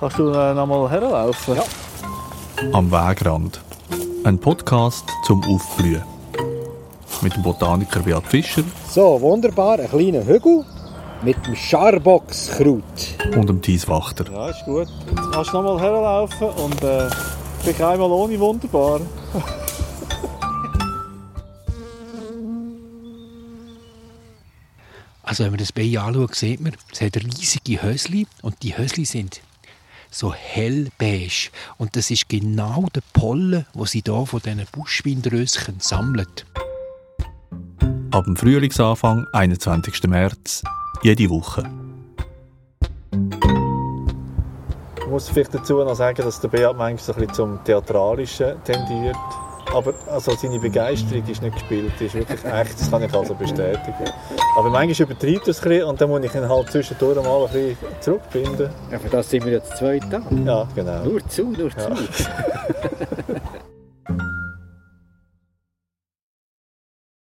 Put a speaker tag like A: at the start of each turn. A: Kannst du äh, noch mal herlaufen? Ja.
B: Am Wegrand. Ein Podcast zum Aufblühen. Mit dem Botaniker Beat Fischer
C: So, wunderbar, ein kleiner Hügel mit dem Scharboxkraut.
B: und dem Thies Wachter.
A: Ja, ist gut. Jetzt kannst du noch mal herlaufen und äh, bin einmal ohne wunderbar.
D: Also wenn man das Bein anschaut, sieht man, es hat riesige Hösli und die Hösli sind so hellbeige. Und das ist genau der Pollen, wo sie hier von diesen Buschwindröschen sammelt.
B: Ab dem Frühlingsanfang, 21. März, jede Woche.
A: Ich muss vielleicht dazu noch sagen, dass der Beat manchmal so ein bisschen zum Theatralischen tendiert. Aber also seine Begeisterung ist nicht gespielt, die ist wirklich echt, das kann ich also bestätigen. Aber manchmal übertreibt er es ein bisschen und dann muss ich ihn halt zwischendurch mal ein bisschen zurückbinden.
C: Ja, für das sind wir jetzt zwei da.
A: Ja, genau.
C: Nur zu, nur zu.